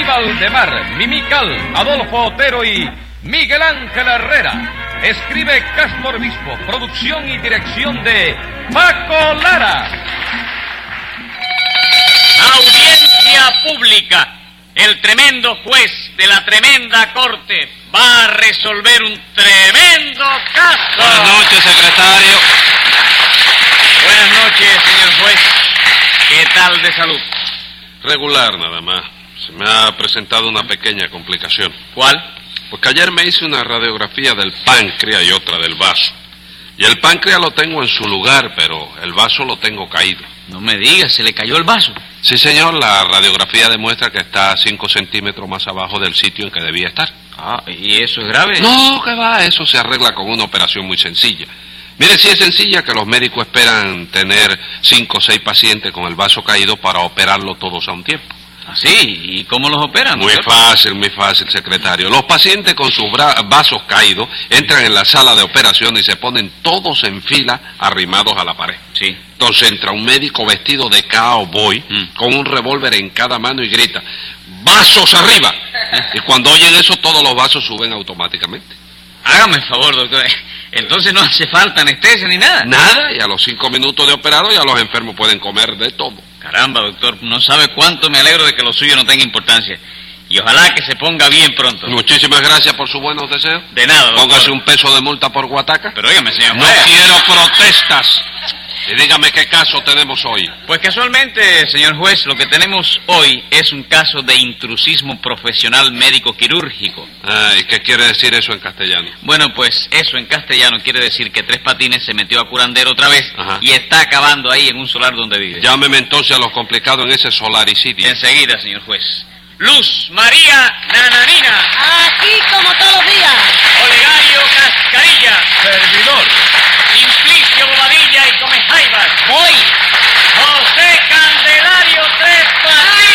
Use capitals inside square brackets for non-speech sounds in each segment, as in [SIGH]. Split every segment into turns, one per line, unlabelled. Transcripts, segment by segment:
Valdemar, Mimical, Adolfo Otero y Miguel Ángel Herrera. Escribe Castro Obispo, producción y dirección de Paco Lara.
Audiencia pública. El tremendo juez de la tremenda corte va a resolver un tremendo caso.
Buenas noches, secretario.
Buenas noches, señor juez. ¿Qué tal de salud?
Regular, nada más. Se me ha presentado una pequeña complicación.
¿Cuál?
Porque ayer me hice una radiografía del páncreas y otra del vaso. Y el páncreas lo tengo en su lugar, pero el vaso lo tengo caído.
No me digas, se le cayó el vaso.
Sí, señor, la radiografía demuestra que está 5 centímetros más abajo del sitio en que debía estar. Eh.
Ah, ¿y eso es grave?
No, que va, eso se arregla con una operación muy sencilla. Mire, si es sencilla que los médicos esperan tener 5 o 6 pacientes con el vaso caído para operarlo todos a un tiempo.
¿Ah, sí? ¿Y cómo los operan?
Muy
doctor?
fácil, muy fácil, secretario. Los pacientes con sus bra- vasos caídos entran en la sala de operación y se ponen todos en fila arrimados a la pared.
Sí.
Entonces entra un médico vestido de cowboy
Mm.
con un revólver en cada mano y grita, ¡Vasos arriba! Y cuando oyen eso, todos los vasos suben automáticamente.
Hágame el favor, doctor. Entonces no hace falta anestesia ni nada.
Nada, y a los cinco minutos de operado ya los enfermos pueden comer de todo.
Caramba, doctor, no sabe cuánto me alegro de que lo suyo no tenga importancia. Y ojalá que se ponga bien pronto.
Muchísimas gracias por sus buenos deseos.
De nada, doctor.
Póngase un peso de multa por Guataca.
Pero óigame, señor
No
juez.
quiero protestas. Y dígame qué caso tenemos hoy.
Pues casualmente, señor juez, lo que tenemos hoy es un caso de intrusismo profesional médico-quirúrgico.
Ay, ¿qué quiere decir eso en castellano?
Bueno, pues eso en castellano quiere decir que Tres Patines se metió a curandero otra vez
Ajá.
y está acabando ahí en un solar donde vive.
Llámeme entonces a los complicados en ese solaricidio.
Enseguida, señor juez. Luz María Nananina,
Aquí como todos los días.
Olegario Cascarilla,
Servidor.
Simplicio Bobadilla y Gómez Jaivas.
Hoy.
José Candelario Tres Patines.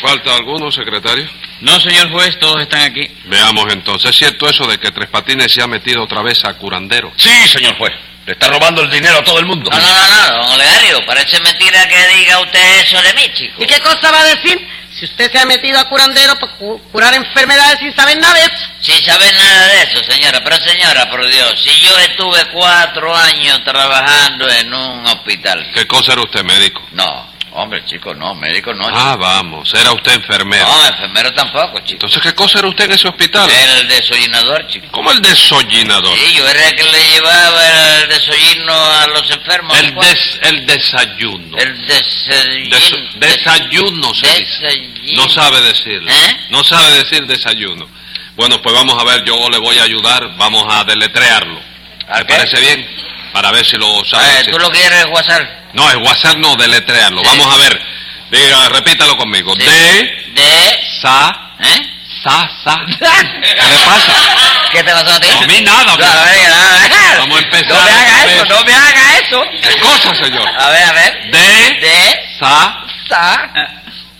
¿Falta alguno, secretario?
No, señor juez, todos están aquí.
Veamos entonces. ¿Es cierto eso de que Tres Patines se ha metido otra vez a curandero?
Sí, señor juez. Le está robando el dinero a todo el mundo.
No, no, no, no, don Olegario, parece mentira que diga usted eso de mí, chico.
¿Y qué cosa va a decir? Si usted se ha metido a curandero para cu- curar enfermedades sin saber nada de eso.
Sin saber nada de eso, señora, pero señora, por Dios, si yo estuve cuatro años trabajando en un hospital.
¿Qué cosa era usted, médico?
No, hombre, chico, no, médico no.
Ah, vamos, era usted enfermero.
no, enfermero tampoco, chico.
Entonces, ¿qué cosa era usted en ese hospital?
Era el desollinador, chico.
¿Cómo el desollinador?
Eh. Sí, yo era el que le llevaba el desollino a los enfermos.
El, des- el desayuno.
El desollino.
Des- desayuno se dice.
Desayuno.
No sabe decirlo.
¿Eh?
No sabe decir desayuno. Bueno, pues vamos a ver, yo le voy a ayudar, vamos a deletrearlo.
¿A
¿Le
qué?
parece bien? Para ver si lo sabe.
Ah,
decir.
¿Tú lo quieres WhatsApp?
No, es WhatsApp no, deletrearlo.
Sí.
Vamos a ver. Diga, repítalo conmigo.
Sí.
De,
De.
sa,
¿Eh?
sa, sa. ¿Qué le pasa?
[LAUGHS] ¿Qué te pasó a ti?
A mí nada,
No, a ver, a ver.
Vamos a empezar
No me haga
otra vez.
eso, no Ah. me haga eso.
¿Qué cosa, señor?
A ver, a ver.
De,
De,
sa,
sa,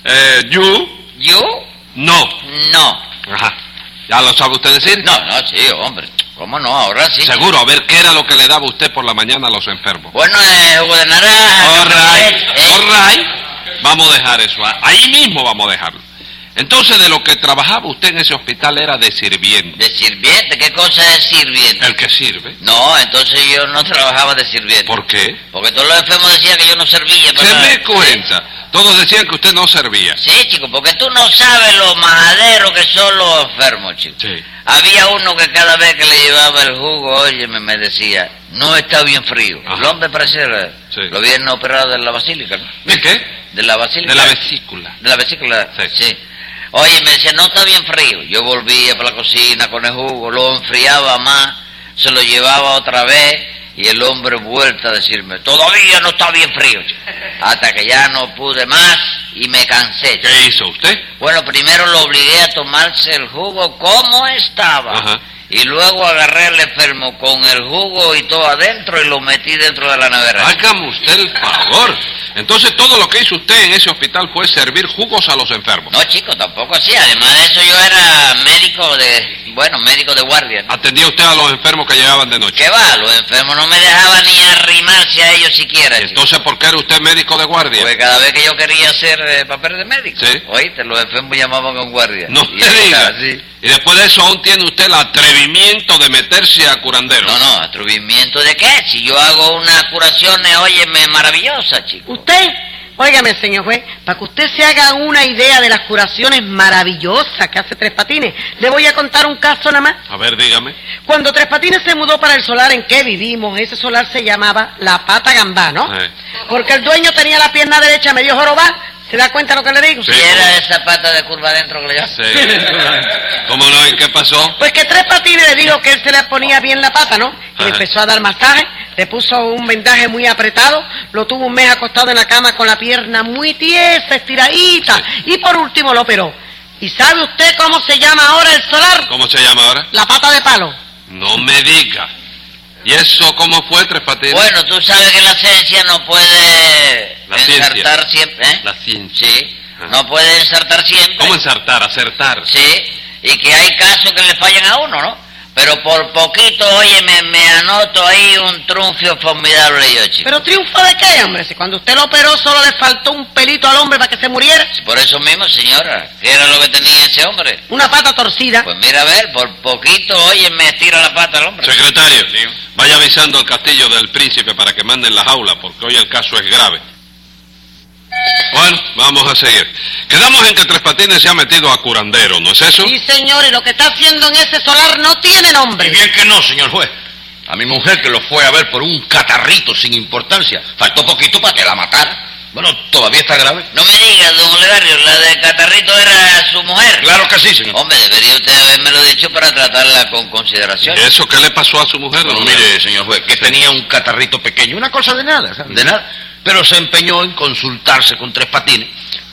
eh, you,
you,
no.
no.
Ajá. ¿Ya lo sabe usted decir?
No, no, sí, hombre. ¿Cómo no? Ahora sí.
Seguro, a ver qué era lo que le daba usted por la mañana a los enfermos.
Bueno, eh, jugo de naranja.
All right,
eh,
all right. Vamos a dejar eso. Ahí mismo vamos a dejarlo. Entonces, de lo que trabajaba usted en ese hospital era de sirviente.
De sirviente, ¿qué cosa es sirviente?
El que sirve.
No, entonces yo no trabajaba de sirviente.
¿Por qué?
Porque todos los enfermos decían que yo no servía para
Se
nada.
me cuenta. Todos decían que usted no servía.
Sí, chico, porque tú no sabes lo majaderos que son los enfermos, chico.
Sí.
Había uno que cada vez que le llevaba el jugo, óyeme, me decía, no está bien frío.
Ajá.
El hombre pareciera,
Sí.
lo habían operado de la basílica, ¿no?
¿De qué?
De la basílica.
De la vesícula.
De la vesícula,
Sí.
sí. Oye, me decía, no está bien frío. Yo volvía para la cocina con el jugo, lo enfriaba más, se lo llevaba otra vez y el hombre vuelta a decirme, todavía no está bien frío. Hasta que ya no pude más y me cansé.
¿Qué hizo usted?
Bueno, primero lo obligué a tomarse el jugo como estaba.
Ajá.
Y luego agarré al enfermo con el jugo y todo adentro y lo metí dentro de la nevera.
Hágame usted el favor. Entonces todo lo que hizo usted en ese hospital fue servir jugos a los enfermos.
No, chico, tampoco así. Además de eso, yo era médico de. Bueno, médico de guardia. ¿no?
Atendía usted a los enfermos que llegaban de noche.
¿Qué va? Los enfermos no me dejaban ni arrimarse a ellos
¿Y
siquiera. chico.
entonces por qué era usted médico de guardia?
Porque cada vez que yo quería hacer eh, papel de médico,
Sí.
oíste, los enfermos llamaban a un guardia.
no
Y
te
yo
diga.
estaba así.
Y después de eso aún tiene usted el atrevimiento de meterse a curandero.
No, no, atrevimiento de qué? Si yo hago unas curaciones, óyeme, maravillosa, chico.
Usted, óigame, señor juez, para que usted se haga una idea de las curaciones maravillosas que hace Tres Patines, le voy a contar un caso nada más.
A ver, dígame.
Cuando Tres Patines se mudó para el solar en que vivimos, ese solar se llamaba La Pata Gambá, ¿no?
Sí.
Porque el dueño tenía la pierna derecha medio jorobada. ¿Se da cuenta lo que le digo?
Sí.
Si era esa pata de curva adentro que le llaman.
Sí. ¿Cómo no? ¿Y qué pasó?
Pues que Tres Patines le dijo que él se le ponía bien la pata, ¿no? Y le
Ajá.
empezó a dar masaje, le puso un vendaje muy apretado, lo tuvo un mes acostado en la cama con la pierna muy tiesa, estiradita, y por último lo operó. ¿Y sabe usted cómo se llama ahora el solar?
¿Cómo se llama ahora?
La pata de palo.
No me diga. ¿Y eso cómo fue, Tres Patines?
Bueno, tú sabes que la ciencia no puede
La ciencia.
ensartar siempre. ¿eh?
La ciencia.
Sí,
Ajá.
no puede ensartar siempre.
¿Cómo ensartar? Acertar.
Sí, y que hay casos que le fallan a uno, ¿no? Pero por poquito, oye, me, me anoto ahí un triunfo formidable yo, chico.
¿Pero triunfo de qué, hombre? Si cuando usted lo operó solo le faltó un pelito al hombre para que se muriera,
Por eso mismo, señora, ¿qué era lo que tenía ese hombre?
una pata torcida.
Pues mira, a ver, por poquito, oye, me estira la pata al hombre.
Secretario, vaya avisando al castillo del príncipe para que manden la jaula, porque hoy el caso es grave. Bueno, vamos a seguir. Quedamos en que Tres Patines se ha metido a curandero, ¿no es eso?
Sí, señores, lo que está haciendo en ese solar no tiene
Y
nombre.
bien que no, señor juez. A mi mujer que lo fue a ver por un catarrito sin importancia. Faltó poquito para que la matara. Bueno, todavía está grave.
No me digas, don Olegario, la de Catarrito era su mujer.
Claro que sí, señor.
Hombre, debería usted habérmelo dicho para tratarla con consideración.
¿Y ¿Eso qué le pasó a su mujer?
Bueno,
don
mire,
Leonardo?
señor juez, que tenía un catarrito pequeño, una cosa de nada, ¿sabe? de nada. Pero se empeñó en consultarse con tres patines.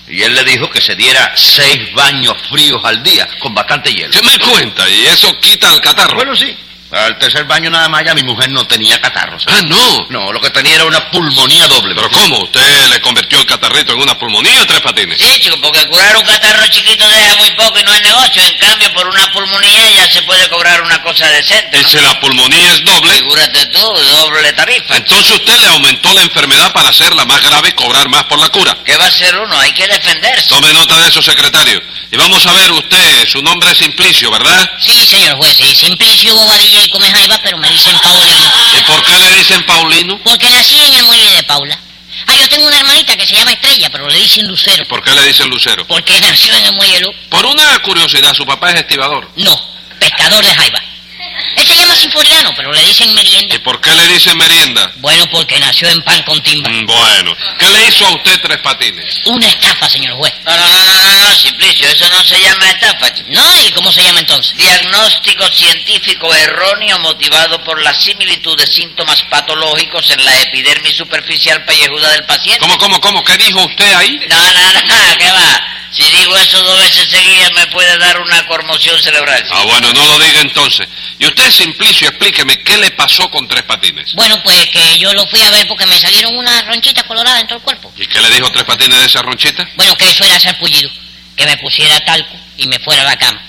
Y él le dijo que se diera seis baños fríos al día, con bastante hielo.
¿Qué me cuenta? ¿Y eso quita el catarro?
Bueno, sí. Al tercer baño nada más ya mi mujer no tenía catarro. ¿sabe?
ah, no.
No, lo que tenía era una pulmonía doble.
¿Pero cómo? ¿Usted le convirtió el catarrito en una pulmonía, Tres Patines?
Sí, chico, porque curar un catarro chiquito deja muy poco y no es negocio. En cambio, por una pulmonía ya se puede cobrar una cosa decente.
Eh,
Y
¿no?
si la pulmonía es doble,
Figúrate tú, doble tarifa.
entonces usted le aumentó la enfermedad para hacerla más grave y cobrar más por la cura.
¿Qué va a hacer uno? Hay que defenderse.
Tome nota de eso, secretario. Y vamos a ver usted, su nombre es Simplicio, ¿verdad?
Sí, señor juez, sí. Simplicio Bobadilla y come jaiba, pero me dicen Paulino.
¿Y por qué le dicen Paulino?
Porque nací en el muelle de Paula. Ah, yo tengo una hermanita que se llama Estrella, pero le dicen Lucero.
¿Y por qué le dicen Lucero?
Porque nació en el muelle Lu.
Por una curiosidad, su papá es estibador.
No, pescador de jaiba. Él se llama Sinforiano, pero le dicen merienda.
¿Y por qué le dicen merienda?
Bueno, porque nació en pan con timba.
Mm, Bueno, ¿qué le hizo a usted Tres Patines?
Una estafa, señor juez.
No, no, no, no, no, no, Simplicio, eso no se llama estafa, chico.
No, ¿y cómo se llama entonces?
Diagnóstico científico erróneo motivado por la similitud de síntomas patológicos en la epidermis superficial pellejuda del paciente.
¿Cómo, cómo, cómo? ¿Qué dijo usted ahí?
No, no, no, ¿qué va? Si digo eso dos veces seguidas me puede dar una conmoción cerebral. chico.
Ah, bueno, no lo diga entonces. Y usted, Simplicio, explíqueme, ¿qué le pasó con Tres Patines?
Bueno, pues que yo lo fui a ver porque me salieron unas ronchitas coloradas en todo el cuerpo.
¿Y qué le dijo Tres Patines de esa ronchita?
Bueno, que eso era ser pullido, que me pusiera talco y me fuera a la cama.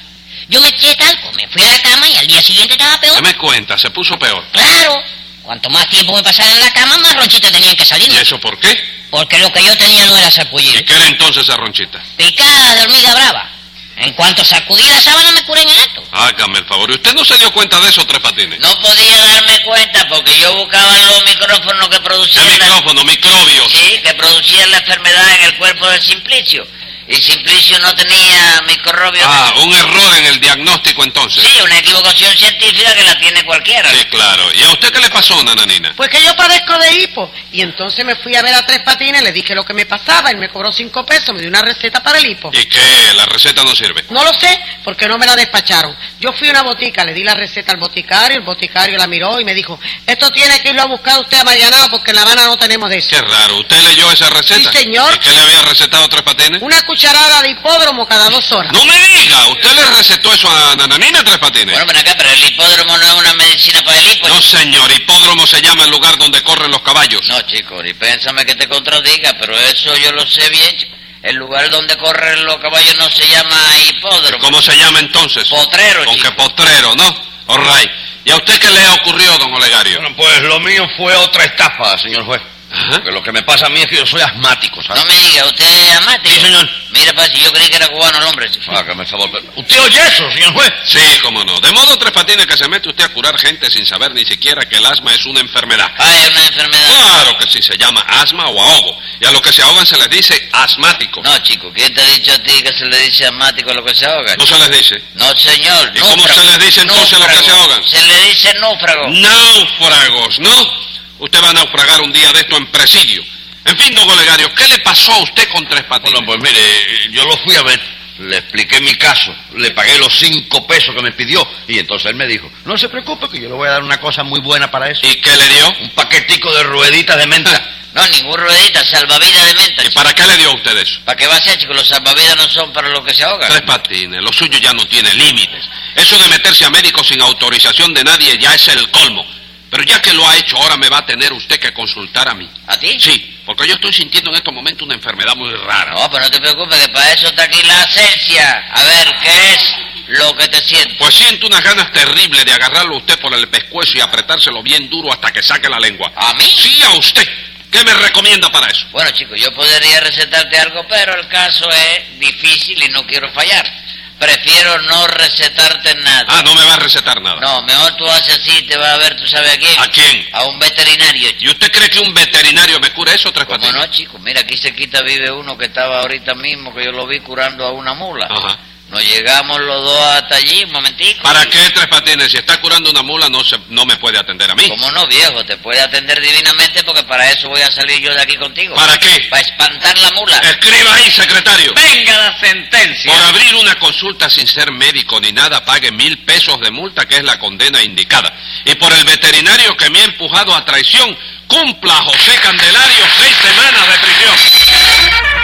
Yo me eché talco, me fui a la cama y al día siguiente estaba
¿Qué
peor.
me cuenta? Se puso peor.
Claro, cuanto más tiempo me pasaba en la cama, más ronchitas tenían que
¿Y
salir.
eso por qué?
Porque lo que yo tenía no era ser
¿Y
pullido.
qué era entonces esa ronchita?
Picada de hormiga brava. En cuanto sacudí la sábana, me curé en el acto.
Hágame el favor. ¿Y usted no se dio cuenta de eso, Tres Patines?
No podía darme cuenta porque yo buscaba los micrófonos que
¿Qué
producían, la,
micrófono, microbios?
sí, que producían la enfermedad en el cuerpo de Simplicio. Y Simplicio no tenía microbios.
Ah, un error en el diagnóstico entonces.
Sí, una equivocación científica que la tiene cualquiera.
Sí, claro. ¿Y a usted qué le pasó, nananina?
Pues que yo padezco de hipo. Y entonces me fui a ver a Tres Patines, le dije lo que me pasaba, él me cobró cinco pesos, me dio una receta para el
Pues,
hipo.
¿Y qué? La receta no sirve.
No lo sé, porque no me la despacharon. Yo fui a una botica, le di la receta al boticario, el boticario la miró y me dijo, esto tiene que irlo a buscar usted a Marianao porque en La Habana no tenemos de eso.
Qué raro. ¿Usted leyó esa receta?
Sí, señor.
¿Y qué le había recetado Tres Patines?
Una cucharada de hipódromo cada dos horas.
No me diga, usted le recetó eso a Nananina Tres Patines.
Bueno, pues, ven acá, pero el hipódromo no es una medicina para el hipo.
No, señor, hipódromo se llama el lugar donde corren los caballos.
No, chico, y pénsame que te contradiga, pero eso yo lo sé bien. chico. El lugar donde corren los caballos no se llama hipódromo.
¿Cómo se llama entonces?
Potrero,
Con que
chico.
potrero, ¿no? All right. ¿Y a usted qué le ocurrió, don Olegario?
Bueno, pues lo mío fue otra estafa, señor juez.
Ajá.
Porque lo que me pasa a mí es que yo soy asmático, ¿sabes?
No me diga, ¿usted es asmático?
Sí, señor.
Mira, pa, si yo creí que era cubano el hombre. chico.
Ah.
Hágame el favor. pero- ¿Usted oye eso, señor juez?
Sí, cómo no. De modo, Tres Patines, que se mete usted a curar gente sin saber ni siquiera que el asma es una enfermedad.
Ay, Ah, es una enfermedad.
Claro que sí, se llama asma o ahogo. Y a los que se ahogan se les dice asmático.
No, chico, ¿quién te ha dicho a ti que se le dice asmático a lo que se ahoga?
No se les dice.
No, señor.
¿Y cómo
náufrago.
se les dice entonces a los que
Náufrago.
se ahogan? Mm.
Se le dice náufrago.
Náufragos, ¿no? Usted va a naufragar un día de esto en presidio. En fin, don Olegario, ¿qué le pasó a usted con Tres Patines?
Bueno, pues mire, yo lo fui a ver, le expliqué mi caso, le pagué los cinco pesos que me pidió y entonces él me dijo, no se preocupe que yo le voy a dar una cosa muy buena para eso.
¿Y qué le dio?
Un paquetico de rueditas de menta.
No, ningún ruedita, salvavidas de menta.
¿Y para qué le dio a usted eso?
¿Para qué va a ser, chico? Los salvavidas no son para los que se ahogan.
Tres Patines, lo suyo ya no tiene límites. Eso de meterse a médicos sin autorización de nadie ya es el colmo. Pero ya que lo ha hecho, ahora me va a tener usted que consultar a mí.
¿A ti?
Sí, porque yo estoy sintiendo en estos momentos una enfermedad muy rara.
No, pero no te preocupes, que para eso está aquí la esencia. A ver, ¿qué es lo que te siento?
Pues siento unas ganas terribles de agarrarlo a usted por el pescuezo y apretárselo bien duro hasta que saque la lengua.
¿A mí?
Sí, a usted. ¿Qué me recomienda para eso?
Bueno, chico, yo podría recetarte algo, pero el caso es difícil y no quiero fallar. Prefiero no recetarte nada.
Ah, no me va a recetar nada.
No, mejor tú haces así y te vas a ver, tú sabes a quién.
¿A quién?
A un veterinario. chico.
¿Y usted cree que un veterinario me cura eso, Tres
¿Cómo
Patines?
no, chico? Mira, aquí cerquita vive uno que estaba ahorita mismo, que yo lo vi curando a una mula.
Ajá.
Nos llegamos los dos hasta allí, un momentico.
¿Para qué, Tres Patines? Si está curando una mula, no, se, no me puede atender a mí.
¿Cómo no, viejo? Te puede atender divinamente porque para eso voy a salir yo de aquí contigo.
¿Para qué?
Para espantar la mula.
Escriba ahí, secretario.
Venga la
Por
sentencia.
abrir una consulta sin ser médico ni nada, pague mil pesos de multa, que es la condena indicada. Y por el veterinario que me ha empujado a traición, cumpla José Candelario seis semanas de prisión.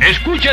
Escucha